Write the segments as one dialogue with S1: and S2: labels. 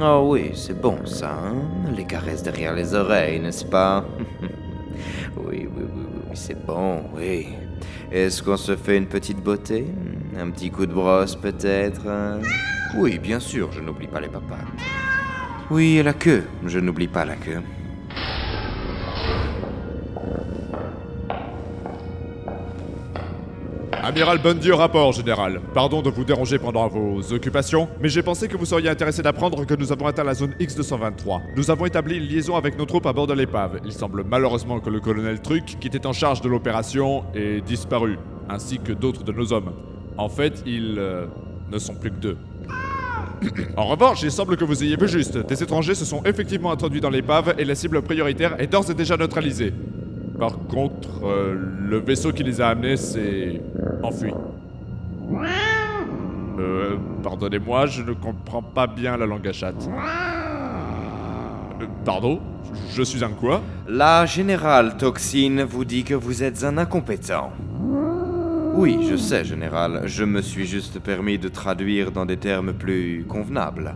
S1: Oh oui, c'est bon ça, hein Les caresses derrière les oreilles, n'est-ce pas Oui, oui, oui, oui, oui, c'est bon, oui. Est-ce qu'on se fait une petite beauté Un petit coup de brosse peut-être hein Oui, bien sûr, je n'oublie pas les papas. Oui, et la queue, je n'oublie pas la queue.
S2: Amiral Bundy au rapport, général. Pardon de vous déranger pendant vos occupations, mais j'ai pensé que vous seriez intéressé d'apprendre que nous avons atteint la zone X-223. Nous avons établi une liaison avec nos troupes à bord de l'épave. Il semble malheureusement que le colonel Truc, qui était en charge de l'opération, est disparu, ainsi que d'autres de nos hommes. En fait, ils euh, ne sont plus que deux. En revanche, il semble que vous ayez vu juste. Des étrangers se sont effectivement introduits dans l'épave et la cible prioritaire est d'ores et déjà neutralisée. Par contre, euh, le vaisseau qui les a amenés s'est enfui. Euh, pardonnez-moi, je ne comprends pas bien la langue à chatte. Euh, pardon Je suis un quoi
S1: La générale Toxine vous dit que vous êtes un incompétent. Oui, je sais, général. Je me suis juste permis de traduire dans des termes plus convenables.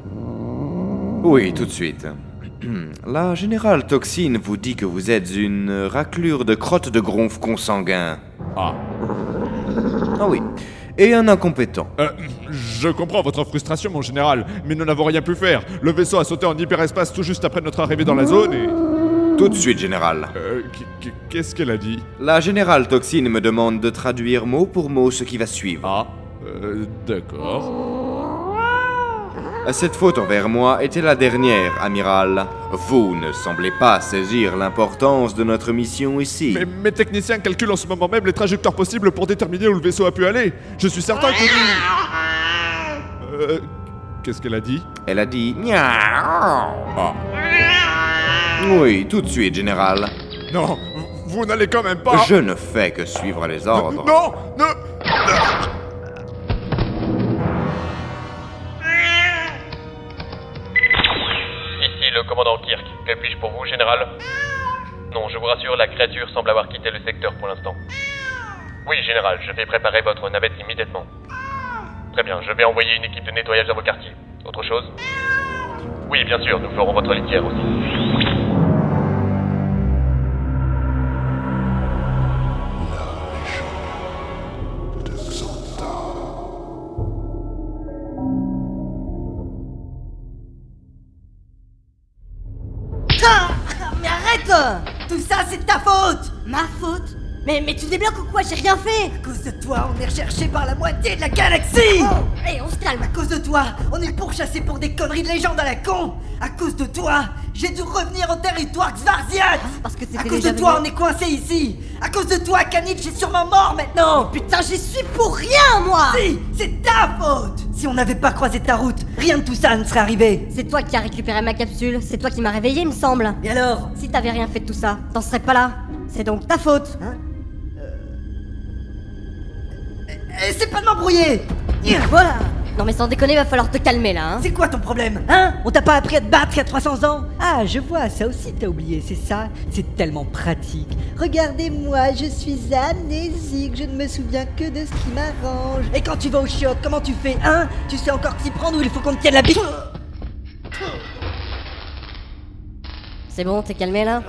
S1: Oui, tout de suite. La générale Toxine vous dit que vous êtes une raclure de crotte de gronf consanguin.
S2: Ah.
S1: Ah oui. Et un incompétent.
S2: Euh, je comprends votre frustration, mon général, mais nous n'avons rien pu faire. Le vaisseau a sauté en hyperespace tout juste après notre arrivée dans la zone et...
S1: Tout de suite, général.
S2: Euh, qu- qu- qu'est-ce qu'elle a dit
S1: La générale Toxine me demande de traduire mot pour mot ce qui va suivre.
S2: Ah, euh, d'accord.
S1: Cette faute envers moi était la dernière, amiral. Vous ne semblez pas saisir l'importance de notre mission ici.
S2: Mais mes techniciens calculent en ce moment même les trajectoires possibles pour déterminer où le vaisseau a pu aller. Je suis certain que nous... Euh, qu'est-ce qu'elle a dit
S1: Elle a dit Miaou
S2: Ah.
S1: Oui, tout de suite, général.
S2: Non, vous, vous n'allez quand même pas...
S1: Je ne fais que suivre les ordres.
S2: Ah. Non, ne...
S3: Ici le commandant Kirk. Que puis-je pour vous, général Non, je vous rassure, la créature semble avoir quitté le secteur pour l'instant. Oui, général, je vais préparer votre navette immédiatement. Très bien, je vais envoyer une équipe de nettoyage dans vos quartiers. Autre chose Oui, bien sûr, nous ferons votre litière aussi.
S4: Ah, mais arrête Tout ça, c'est de ta faute Ma faute mais, mais tu débloques ou quoi J'ai rien fait
S5: À cause de toi, on est recherché par la moitié de la galaxie
S4: Oh, et on se calme
S5: À cause de toi, on est pourchassé pour des conneries de légende à la con À cause de toi, j'ai dû revenir au territoire Xvarziat
S4: Ah, Parce que c'était
S5: À cause
S4: déjà
S5: de toi, on
S4: venu.
S5: est coincé ici À cause de toi, Kanich est sûrement mort maintenant
S4: Oh, Putain, j'y suis pour rien, moi
S5: Si, c'est ta faute Si on n'avait pas croisé ta route, rien de tout ça ne serait arrivé
S4: C'est toi qui as récupéré ma capsule, c'est toi qui m'as réveillé, il me semble.
S5: Et alors
S4: Si t'avais rien fait de tout ça, t'en serais pas là. C'est donc ta faute.
S5: Essaie euh, pas de m'embrouiller
S4: Voilà Non mais sans déconner, va falloir te calmer là, hein.
S5: C'est quoi ton problème
S6: Hein On t'a pas appris à te battre il y a 300 ans Ah, je vois, ça aussi t'as oublié, c'est ça C'est tellement pratique. Regardez-moi, je suis amnésique, je ne me souviens que de ce qui m'arrange.
S5: Et quand tu vas au chiottes, comment tu fais, hein Tu sais encore t'y prendre ou il faut qu'on te tienne la bite
S4: C'est Ah, bon, t'es calmé là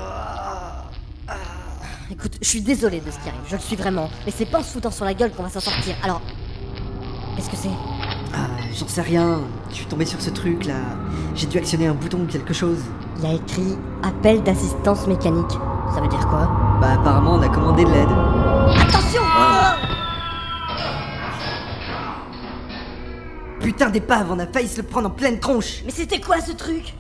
S4: Écoute, je suis désolé de ce qui arrive, je le suis vraiment. Mais c'est pas en se foutant sur la gueule qu'on va s'en sortir. Alors. Qu'est-ce que c'est
S5: Ah, j'en sais rien. Je suis tombé sur ce truc là. J'ai dû actionner un bouton ou quelque chose.
S4: Il y a écrit appel d'assistance mécanique. Ça veut dire quoi
S5: Bah apparemment on a commandé de l'aide.
S4: Attention Ah.
S5: Putain d'épave, on a failli se le prendre en pleine tronche.
S4: Mais c'était quoi ce truc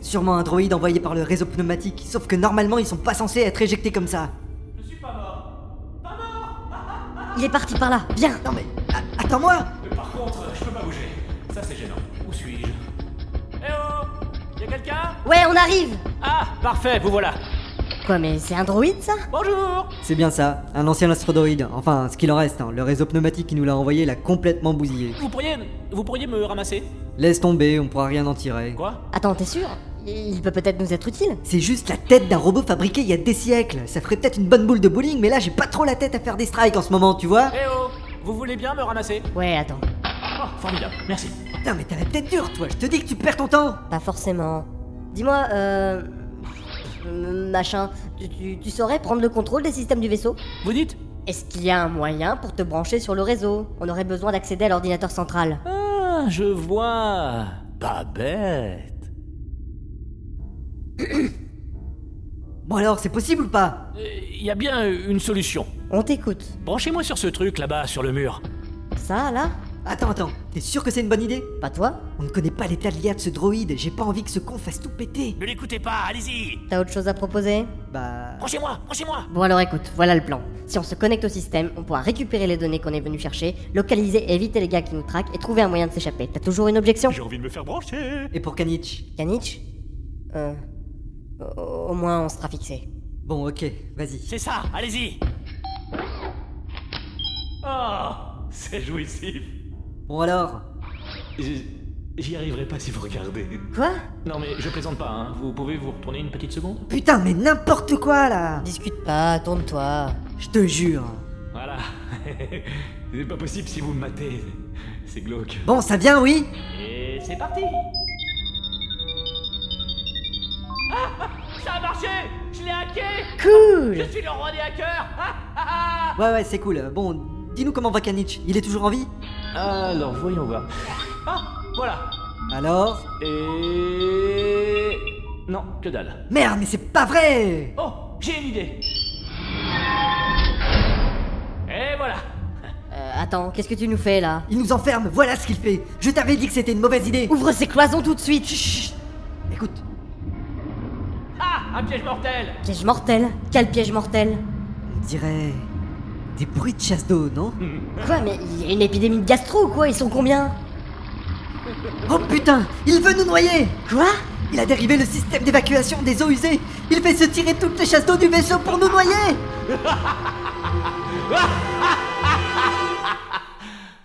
S5: Sûrement un droïde envoyé par le réseau pneumatique, sauf que normalement ils sont pas censés être éjectés comme ça.
S4: Il est parti par là, viens
S5: Non mais, a- attends-moi
S7: Par contre, je peux pas bouger. Ça, c'est gênant. Où suis-je Eh oh Y'a quelqu'un
S4: Ouais, on arrive
S7: Ah, parfait, vous voilà.
S4: Quoi, mais c'est un droïde ça
S7: Bonjour
S6: C'est bien ça, un ancien astrodroïde. Enfin, ce qu'il en reste, hein. le réseau pneumatique qui nous l'a envoyé l'a complètement bousillé.
S7: Vous pourriez, vous pourriez me ramasser
S6: Laisse tomber, on pourra rien en tirer.
S7: Quoi
S4: Attends, t'es sûr Il peut peut-être nous être utile
S6: C'est juste la tête d'un robot fabriqué il y a des siècles. Ça ferait peut-être une bonne boule de bowling, mais là j'ai pas trop la tête à faire des strikes en ce moment, tu vois
S7: Eh oh Vous voulez bien me ramasser
S4: Ouais, attends.
S7: Oh, Formidable, merci.
S5: Putain, mais t'as la tête dure, toi, je te dis que tu perds ton temps
S4: Pas forcément. Dis-moi, euh. euh, Machin, tu, tu- tu saurais prendre le contrôle des systèmes du vaisseau
S7: Vous dites
S4: Est-ce qu'il y a un moyen pour te brancher sur le réseau On aurait besoin d'accéder à l'ordinateur central.
S7: Ah, je vois. Pas bête.
S5: Bon alors, c'est possible ou pas
S7: Il Euh, y a bien une solution.
S4: On t'écoute.
S7: Branchez-moi sur ce truc là-bas, sur le mur.
S4: Ça, là
S5: Attends, attends, t'es sûr que c'est une bonne idée
S4: Pas toi
S5: On ne connaît pas l'état de l'IA de ce droïde, j'ai pas envie que ce con fasse tout péter
S7: Ne l'écoutez pas, allez-y
S4: T'as autre chose à proposer
S5: Bah...
S7: Branchez-moi, branchez-moi
S4: Bon alors écoute, voilà le plan. Si on se connecte au système, on pourra récupérer les données qu'on est venu chercher, localiser et éviter les gars qui nous traquent et trouver un moyen de s'échapper. T'as toujours une objection
S7: J'ai envie de me faire brancher
S5: Et pour Kanich
S4: Yanitch Euh... Au au moins on sera fixé.
S5: Bon, ok, vas-y.
S7: C'est ça, allez-y Oh, c'est jouissif
S5: Bon alors
S7: J- J'y arriverai pas si vous regardez.
S4: Quoi
S7: Non mais je plaisante pas, hein. Vous pouvez vous retourner une petite seconde
S5: Putain, mais n'importe quoi, là
S4: Discute pas, tourne-toi.
S5: Je te jure
S7: Voilà. c'est pas possible si vous me matez. C'est glauque.
S5: Bon, ça vient, oui
S7: Et c'est parti Ah, ah, Ça a marché Je l'ai hacké
S4: Cool
S7: Je suis le roi des hackers Ah, ah, ah
S5: Ouais, ouais, c'est cool. Bon, dis-nous comment va Kanich Il est toujours en vie
S7: Alors, voyons voir. Ah, voilà.
S5: Alors
S7: Et... Non, que dalle.
S5: Merde, mais c'est pas vrai
S7: Oh, j'ai une idée. Et voilà.
S4: Euh, attends, qu'est-ce que tu nous fais là
S5: Il nous enferme, voilà ce qu'il fait Je t'avais dit que c'était une mauvaise idée
S4: Ouvre ces cloisons tout de suite Chut
S5: Écoute,
S7: Ah, un piège mortel.
S4: Piège mortel Quel piège mortel
S5: on dirait... Des bruits de chasse d'eau, non
S4: Quoi, mais il y a une épidémie de gastro ou quoi Ils sont combien
S5: Oh putain Il veut nous noyer Quoi Il a dérivé le système d'évacuation des eaux usées Il fait se tirer toutes les chasses d'eau du vaisseau pour nous noyer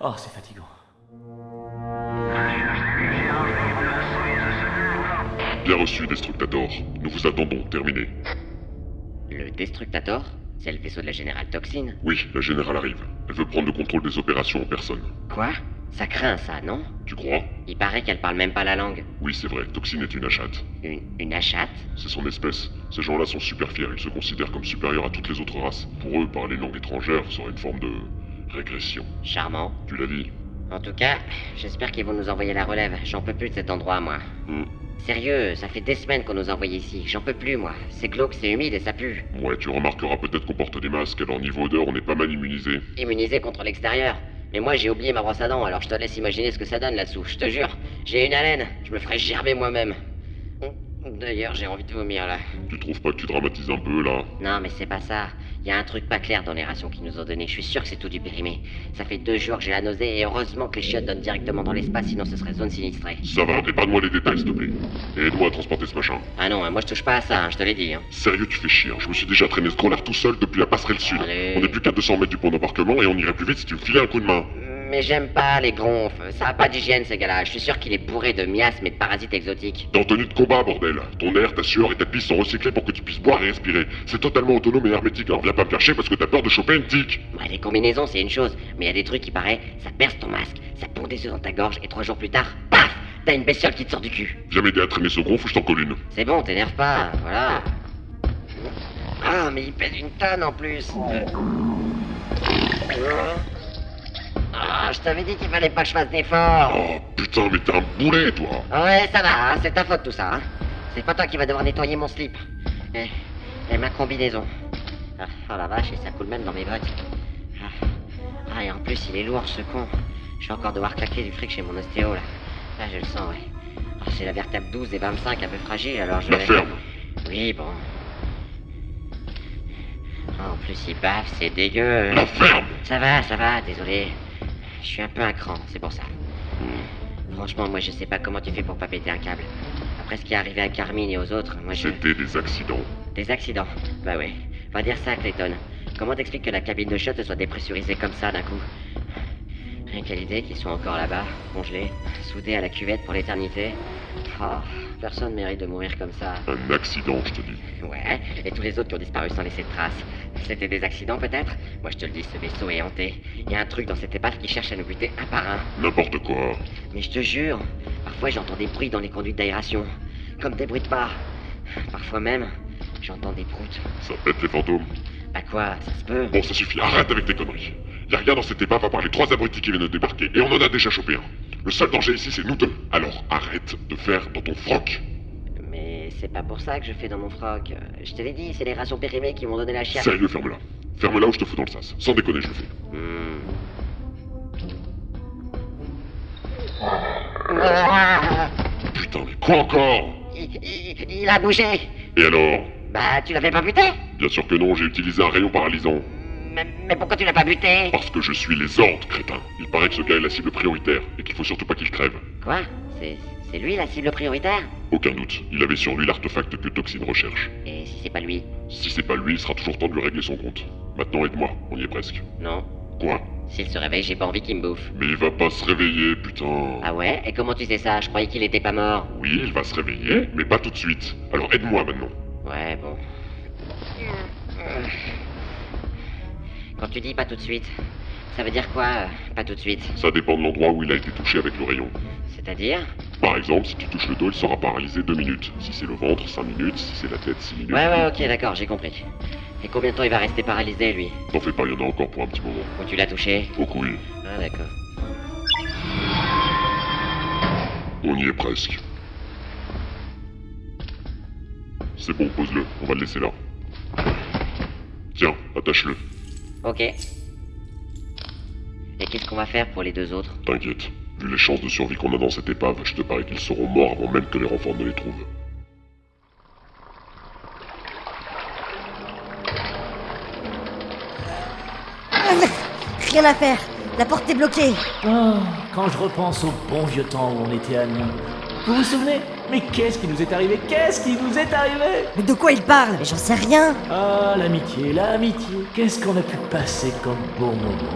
S7: Oh, c'est fatigant.
S8: Bien reçu, Destructator. Nous vous attendons, terminé.
S9: Le Destructator C'est le vaisseau de la Générale Toxine
S8: Oui, la générale arrive. Elle veut prendre le contrôle des opérations en personne.
S9: Quoi Ça craint ça, non
S8: Tu crois
S9: Il paraît qu'elle parle même pas la langue.
S8: Oui, c'est vrai, Toxine est une achate.
S9: Une, une achate
S8: C'est son espèce. Ces gens-là sont super fiers, ils se considèrent comme supérieurs à toutes les autres races. Pour eux, parler langue étrangère serait une forme de régression.
S9: Charmant.
S8: Tu l'as dit
S9: En tout cas, j'espère qu'ils vont nous envoyer la relève. J'en peux plus de cet endroit, moi.
S8: Hmm.
S9: Sérieux, ça fait des semaines qu'on nous envoie ici. J'en peux plus, moi. C'est glauque, c'est humide et ça pue.
S8: Ouais, tu remarqueras peut-être qu'on porte des masques, alors niveau odeur, on est pas mal immunisé.
S9: Immunisé contre l'extérieur. Mais moi, j'ai oublié ma brosse à dents, alors je te laisse imaginer ce que ça donne là-dessous. Je te jure, j'ai une haleine. Je me ferai gerber moi-même. Hmm. D'ailleurs, j'ai envie de vomir là.
S8: Tu trouves pas que tu dramatises un peu, là
S9: Non, mais c'est pas ça. Il y a un truc pas clair dans les rations qu'ils nous ont données. Je suis sûr que c'est tout du périmé. Ça fait deux jours que j'ai la nausée et heureusement que les chiottes donnent directement dans l'espace, sinon ce serait zone sinistrée.
S8: Ça va, épargne-moi les détails, s'il te plaît. Et aide-moi à transporter ce machin.
S9: Ah non, hein, moi je touche pas à ça, hein, je te l'ai dit. Hein.
S8: Sérieux, tu fais chier. Je me suis déjà traîné ce gros lard tout seul depuis la passerelle sud.
S9: Allez.
S8: On n'est plus qu'à 200 mètres du pont d'embarquement et on irait plus vite si tu me filais un coup de main.
S9: Mais j'aime pas les gonfles. Ça a pas d'hygiène ces gars-là. Je suis sûr qu'il est bourré de miasmes et de parasites exotiques.
S8: T'es en tenue de combat, bordel. Ton air, ta sueur et ta pisse sont recyclés pour que tu puisses boire et respirer. C'est totalement autonome et hermétique, alors viens pas me faire chier parce que t'as peur de choper une tique.
S9: Ouais, les combinaisons, c'est une chose, mais il y a des trucs qui paraît, ça perce ton masque, ça pond des œufs dans ta gorge et trois jours plus tard, paf T'as une bestiole qui te sort du cul.
S8: Viens m'aider à traîner ce gros, faut que je t'en colle une.
S9: C'est bon, t'énerve pas, voilà. Ah, mais il pèse une tonne en plus. Euh. Ah, je t'avais dit qu'il fallait pas que je fasse d'efforts.
S8: Oh putain, mais t'es un boulet, toi.
S9: Ouais, ça va, hein, c'est ta faute tout ça. hein. C'est pas toi qui va devoir nettoyer mon slip. Et, et ma combinaison. Ah, oh la vache, et ça coule même dans mes bottes. Ah, ah, et en plus, il est lourd ce con. Je vais encore devoir claquer du fric chez mon ostéo là. Là, je le sens, ouais. Ah, c'est la vertèbre 12 et 25 un peu fragile, alors je.
S8: La
S9: vais-
S8: ferme.
S9: Oui, bon. Ah, en plus, il baffe, c'est dégueu. hein.
S8: La ferme
S9: Ça va, ça va, désolé. Je suis un peu un cran, c'est pour ça. Hmm. Franchement, moi je sais pas comment tu fais pour pas péter un câble. Après ce qui est arrivé à Carmine et aux autres, moi je.
S8: C'était des accidents.
S9: Des accidents. Bah ouais. Va dire ça, Clayton. Comment t'expliques que la cabine de shot soit dépressurisée comme ça d'un coup Et Quelle idée qu'ils soient encore là-bas, congelés, soudés à la cuvette pour l'éternité. Oh, personne mérite de mourir comme ça.
S8: Un accident, je te dis.
S9: Ouais, et tous les autres qui ont disparu sans laisser de traces. C'était des accidents peut-être Moi je te le dis, ce vaisseau est hanté. Il y a un truc dans cette épave qui cherche à nous buter un par un.
S8: N'importe quoi.
S9: Mais je te jure, parfois j'entends des bruits dans les conduites d'aération, comme des bruits de pas. Parfois même, j'entends des proutes.
S8: Ça pète les fantômes.
S9: Bah quoi, ça se peut
S8: Bon, ça suffit, arrête avec tes conneries. Y a rien dans cette épave à part les trois abrutis qui viennent de débarquer, et on en a déjà chopé un. Le seul danger ici, c'est nous deux. Alors arrête de faire dans ton froc.
S9: Mais c'est pas pour ça que je fais dans mon froc. Je te l'ai dit, c'est les rations périmées qui m'ont donné la chiasse.
S8: Sérieux, ferme-la. Ferme-la ou je te fous dans le sas. Sans déconner, je le fais.
S9: Hmm. Ah
S8: Putain, mais quoi encore
S9: il, il- il a bougé
S8: Et alors
S9: Bah, tu l'avais pas buté
S8: Bien sûr que non, j'ai utilisé un rayon paralysant.
S9: mais, mais pourquoi tu l'as pas buté
S8: Parce que je suis les ordres, crétin. Il paraît que ce gars est la cible prioritaire, et qu'il faut surtout pas qu'il crève.
S9: Quoi C'est c'est lui la cible prioritaire
S8: Aucun doute, il avait sur lui l'artefact que Toxine recherche.
S9: Et si c'est pas lui
S8: Si c'est pas lui, il sera toujours temps de lui régler son compte. Maintenant, aide-moi, on y est presque.
S9: Non.
S8: Quoi
S9: S'il se réveille, j'ai pas envie qu'il me bouffe.
S8: Mais il va pas se réveiller, putain.
S9: Ah ouais Et comment tu sais ça Je croyais qu'il était pas mort.
S8: Oui, il va se réveiller, mais pas tout de suite. Alors aide-moi maintenant.
S9: Ouais, bon. Quand tu dis pas tout de suite, ça veut dire quoi euh, Pas tout de suite.
S8: Ça dépend de l'endroit où il a été touché avec le rayon.
S9: C'est-à-dire
S8: Par exemple, si tu touches le dos, il sera paralysé 2 minutes. Si c'est le ventre, 5 minutes. Si c'est la tête, 6 minutes.
S9: Ouais, ouais, ok, d'accord, j'ai compris. Et combien de temps il va rester paralysé, lui
S8: T'en fais pas, il y en a encore pour un petit moment.
S9: Quand tu l'as touché
S8: Au couille.
S9: Ah, d'accord.
S8: On y est presque. C'est bon, pose-le. On va le laisser là. Tiens, attache-le.
S9: Ok. Et qu'est-ce qu'on va faire pour les deux autres
S8: T'inquiète. Vu les chances de survie qu'on a dans cette épave, je te parie qu'ils seront morts avant même que les renforts ne les trouvent.
S4: Ah, Rien à faire, la porte est bloquée.
S7: Ah, quand je repense au bon vieux temps où on était amis. Vous vous souvenez Mais qu'est-ce qui nous est arrivé Qu'est-ce qui nous est arrivé
S4: Mais de quoi il parle Mais J'en sais rien.
S7: Ah, l'amitié, l'amitié. Qu'est-ce qu'on a pu passer comme bon moment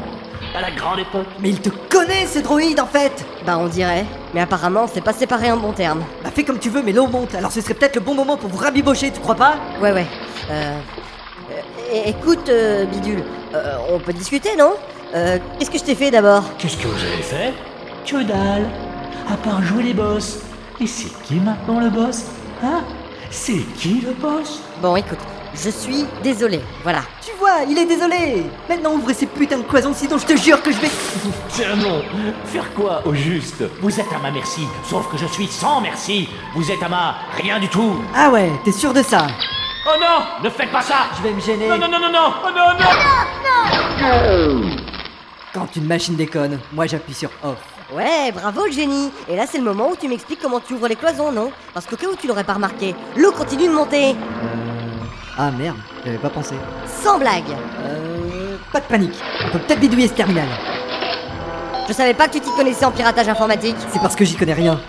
S7: À la grande époque.
S5: Mais il te connaît, ce droïde, en fait
S4: Bah on dirait. Mais apparemment, on s'est pas séparés en bon terme.
S5: Bah fais comme tu veux, mais l'eau monte, alors ce serait peut-être le bon moment pour vous rabibocher, tu crois pas
S4: Ouais, ouais. Euh... euh, é- écoute, euh, Bidule, euh, on peut discuter, non Euh, Qu'est-ce que je t'ai fait d'abord
S7: Qu'est-ce que vous avez fait Que dalle À part jouer les boss. Et c'est qui maintenant le boss Hein C'est qui le boss
S4: Bon, écoute, je suis désolé, voilà.
S5: Tu vois, il est désolé Maintenant ouvrez ces putains de cloisons, sinon je te jure que je vais...
S7: Tiens non Faire quoi au juste Vous êtes à ma merci, sauf que je suis sans merci Vous êtes à ma rien du tout
S5: Ah ouais, t'es sûr de ça
S7: Oh non Ne faites pas ça
S5: Je vais me gêner
S7: Non, non, non, non, non Oh non, non
S5: Quand une machine déconne, moi j'appuie sur off.
S4: Ouais, bravo le génie Et là, c'est le moment où tu m'expliques comment tu ouvres les cloisons, non Parce qu'au cas où tu l'aurais pas remarqué, l'eau continue de monter
S5: Ah merde, j'avais pas pensé.
S4: Sans blague
S5: Euh... Pas de panique, on peut peut-être bidouiller ce terminal.
S4: Je savais pas que tu t'y connaissais en piratage informatique.
S5: C'est parce que j'y connais rien.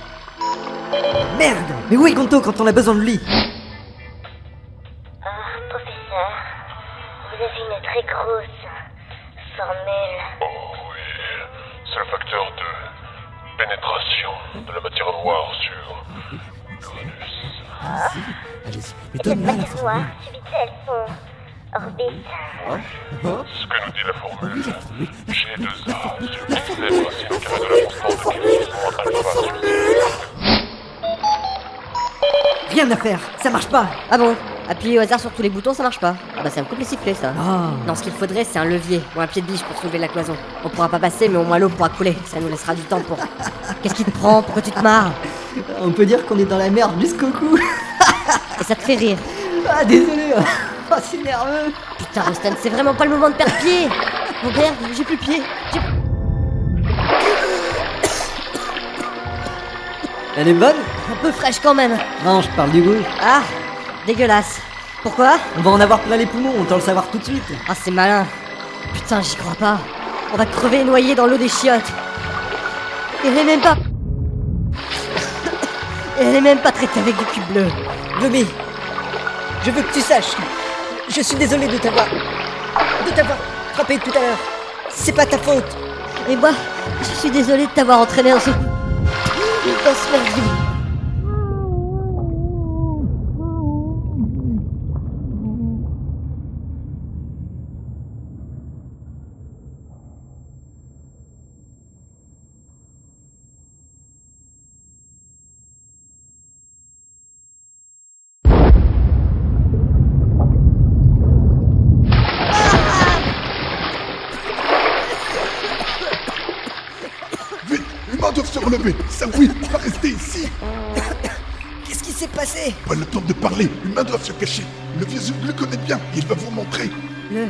S5: Merde Mais où est Gonto quand on a besoin de lui
S10: Ah, professeur, vous avez une très grosse formelle.
S3: Oh oui, c'est le facteur de pénétration de la matière noire sur l'Uranus.
S10: Les matières noires subissent son orbite.
S3: Ce que nous dit la formule, G2A sur les racines au carré de la constante de Kelvin alpha sur
S5: Rien à faire, ça marche pas
S4: Ah bon Appuyer au hasard sur tous les boutons, ça marche pas. Ah bah ça me coupe les sifflets, ça.
S5: Ah.
S4: Non, ce qu'il faudrait, c'est un levier ou un pied de biche pour soulever la cloison. On pourra pas passer, mais au moins l'eau pourra couler. Ça nous laissera du temps pour. Qu'est-ce qui te prend Pourquoi tu te marres
S5: On peut dire qu'on est dans la merde jusqu'au cou
S4: Et ça te fait rire.
S5: Ah désolé Oh c'est nerveux
S4: Putain, Rostan, c'est vraiment pas le moment de perdre pied Mon père, j'ai plus pied. J'ai-
S5: Elle est bonne
S4: Un peu fraîche quand même.
S5: Non, je parle du goût.
S4: Ah, dégueulasse. Pourquoi
S5: On va en avoir plein les poumons, autant le savoir tout de suite.
S4: Ah, c'est malin. Putain, j'y crois pas. On va crever noyé dans l'eau des chiottes. Et elle est même pas. Et elle est même pas traitée avec du cul bleu.
S5: Gumi, je veux que tu saches, je suis désolé de t'avoir, de t'avoir frappé tout à l'heure. C'est pas ta faute.
S4: Et moi, je suis désolé de t'avoir entraîné dans ce... dans ce merdier.
S11: Vite, les mains doivent se relever. Ça oui, on va rester ici.
S5: Qu'est-ce qui s'est passé
S11: Pas le temps de parler. Les mains doivent se cacher. Le vieux Zouk le connaît bien. Il va vous montrer.
S5: Le.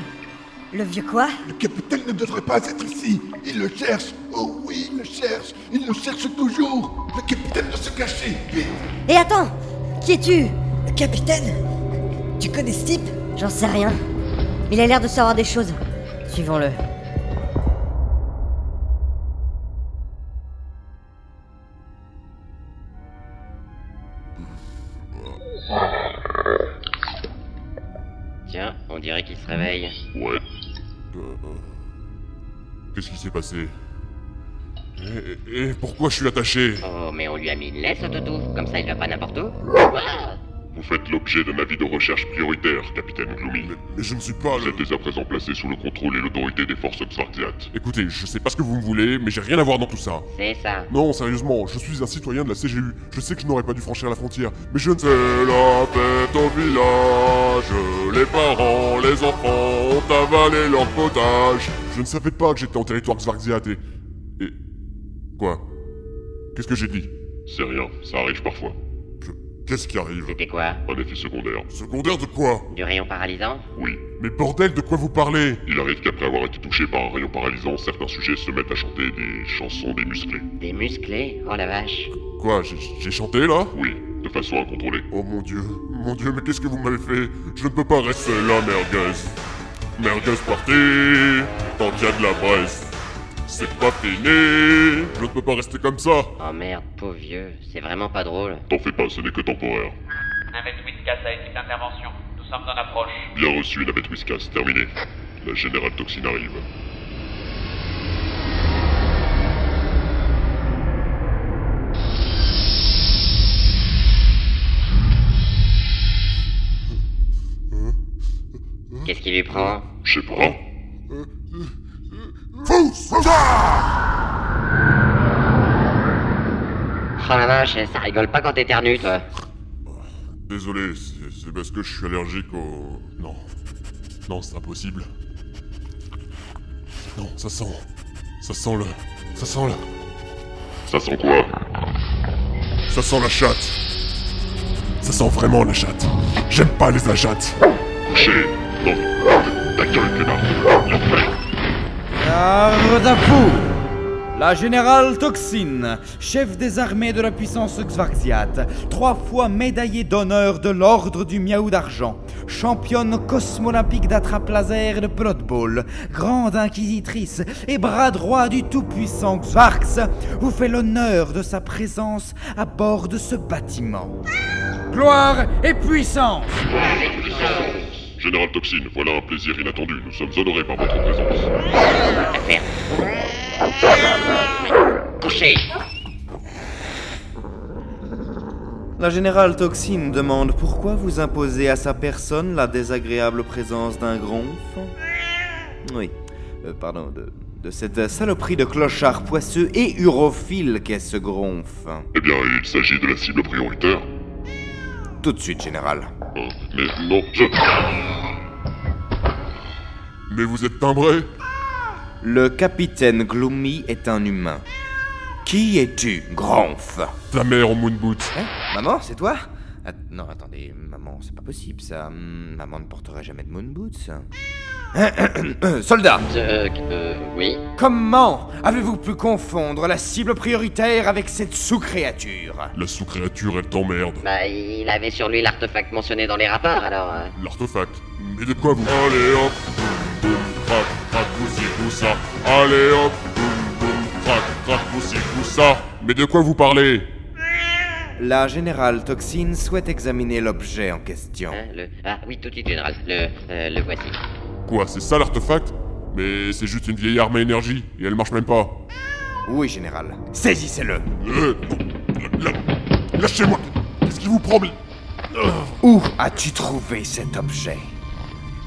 S5: Le vieux quoi
S11: Le capitaine ne devrait pas être ici. Il le cherche. Oh oui, il le cherche. Il le cherche toujours. Le capitaine doit se cacher. Vite.
S4: Et attends Qui es-tu
S5: Capitaine Tu connais ce type
S4: J'en sais rien. Il a l'air de savoir des choses. Suivons-le.
S9: Tiens, on dirait qu'il se réveille.
S12: Ouais. Qu'est-ce qui s'est passé et, et pourquoi je suis attaché
S9: Oh, mais on lui a mis une laisse au toutou, comme ça il va pas n'importe où.
S12: Vous faites l'objet d'un avis de recherche prioritaire, capitaine Gloomy. Mais, je ne suis pas. Vous êtes dès à présent placé sous le contrôle et l'autorité des forces Xvardiat.
S8: Écoutez, je sais pas ce que vous me voulez, mais j'ai rien à voir dans tout ça.
S9: C'est ça.
S8: Non, sérieusement, je suis un citoyen de la CGU. Je sais que je n'aurais pas dû franchir la frontière, mais je ne sais la fête au village. Les parents, les enfants ont avalé leur potage. Je ne savais pas que j'étais en territoire Xvarxiat et... et... Quoi Qu'est-ce que j'ai dit
S12: C'est rien, ça arrive parfois.
S8: Qu'est-ce qui arrive
S9: C'était quoi
S12: Un effet secondaire.
S8: Secondaire de quoi
S9: Du rayon paralysant
S12: Oui.
S8: Mais bordel, de quoi vous parlez
S12: Il arrive qu'après avoir été touché par un rayon paralysant, certains sujets se mettent à chanter des chansons des musclés.
S9: Des musclés Oh la vache.
S8: Quoi, j'ai- j'ai chanté là
S12: Oui, de façon incontrôlée.
S8: Oh mon dieu, mon dieu, mais qu'est-ce que vous m'avez fait Je ne peux pas rester là, merguez. Merguez parti, tant qu'il y a de la braise. C'est pas fini, je ne peux pas rester comme ça.
S9: Oh merde, pauvre vieux, c'est vraiment pas drôle.
S12: T'en fais pas, ce n'est que temporaire.
S3: Navette Whiskas a équipe d'intervention. Nous sommes en approche.
S12: Bien reçu, navette Whiskas, terminé. La générale toxine arrive.
S9: Qu'est-ce qui lui prend
S12: Je sais pas.
S9: Oh la vache, ça rigole pas quand t'éternues, toi.
S8: Désolé, c'est c'est parce que je suis allergique au. Non. Non, c'est impossible. Non, ça sent. Ça sent le. Ça sent le.
S12: Ça sent quoi
S8: Ça sent la chatte. Ça sent vraiment la chatte. J'aime pas les achates.
S12: Couché Non, ta gueule, connard La fête
S1: Ardapou La générale Toxine, chef des armées de la puissance Xvarxiat, trois fois médaillée d'honneur de l'ordre du Miaou d'Argent, championne cosmolympique d'attrape laser et de pelot ball, grande inquisitrice et bras droit du tout-puissant Xvarx, vous fait l'honneur de sa présence à bord de ce bâtiment. Gloire et puissance
S12: Général Toxine, voilà un plaisir inattendu. Nous sommes honorés par votre présence.
S9: Couché
S1: La générale Toxine demande pourquoi vous imposez à sa personne la désagréable présence d'un gronf Oui, euh, pardon, de, de cette saloperie de clochard poisseux et urophile qu'est ce gronf.
S12: Eh bien, il s'agit de la cible prioritaire.
S1: Tout de suite, général.
S12: Euh, mais non, je...
S8: Mais vous êtes timbré
S1: Le capitaine Gloomy est un humain. Qui es-tu, gronf Hein?
S8: Ta mère en moonboot.
S1: Maman, c'est toi Att- Non, attendez, maman, c'est pas possible ça. Hmm, Maman ne porterait jamais de moonboots. Soldat
S9: Euh, oui
S1: Comment avez-vous pu confondre la cible prioritaire avec cette sous-créature
S8: La sous-créature, elle t'emmerde.
S9: Bah, il avait sur lui l'artefact mentionné dans les rapports, alors... euh,
S8: L'artefact. Mais de quoi vous Allez hop Boum boum crac crac vous y vous ça Allez hop Boum boum crac crac vous y vous ça Mais de quoi vous parlez
S1: La générale Toxine souhaite examiner l'objet
S9: hein,
S1: en question.
S9: le... Ah oui, tout de suite, général. Le... euh, le voici.
S8: Quoi, c'est ça l'artefact Mais c'est juste une vieille arme à énergie, et elle marche même pas.
S7: Oui, général. Saisissez-le.
S8: Lâchez-moi Qu'est-ce qui vous prend, mais...
S7: Où as-tu trouvé cet objet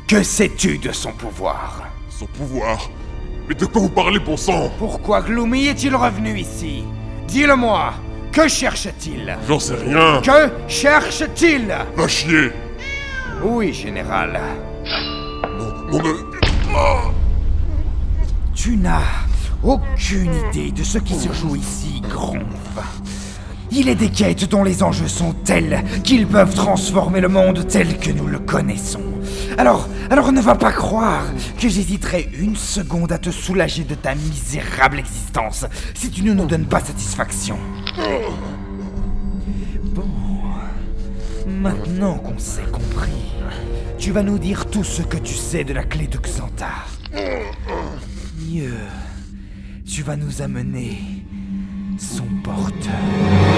S7: Que sais-tu de son pouvoir
S8: Son pouvoir Mais de quoi vous parlez, bon sang
S7: Pourquoi Gloomy est-il revenu ici Dis-le-moi Que cherche-t-il
S8: J'en sais rien
S7: Que cherche-t-il
S8: Va chier
S7: Oui, général.
S8: Mon... euh,
S7: Tu n'as aucune idée de ce qui se joue ici, Gronf. Il est des quêtes dont les enjeux sont tels qu'ils peuvent transformer le monde tel que nous le connaissons. Alors, alors ne va pas croire que j'hésiterai une seconde à te soulager de ta misérable existence si tu ne nous donnes pas satisfaction. Bon, maintenant qu'on s'est compris, tu vas nous dire tout ce que tu sais de la clé de Xantar. Mieux, tu vas nous amener son porteur.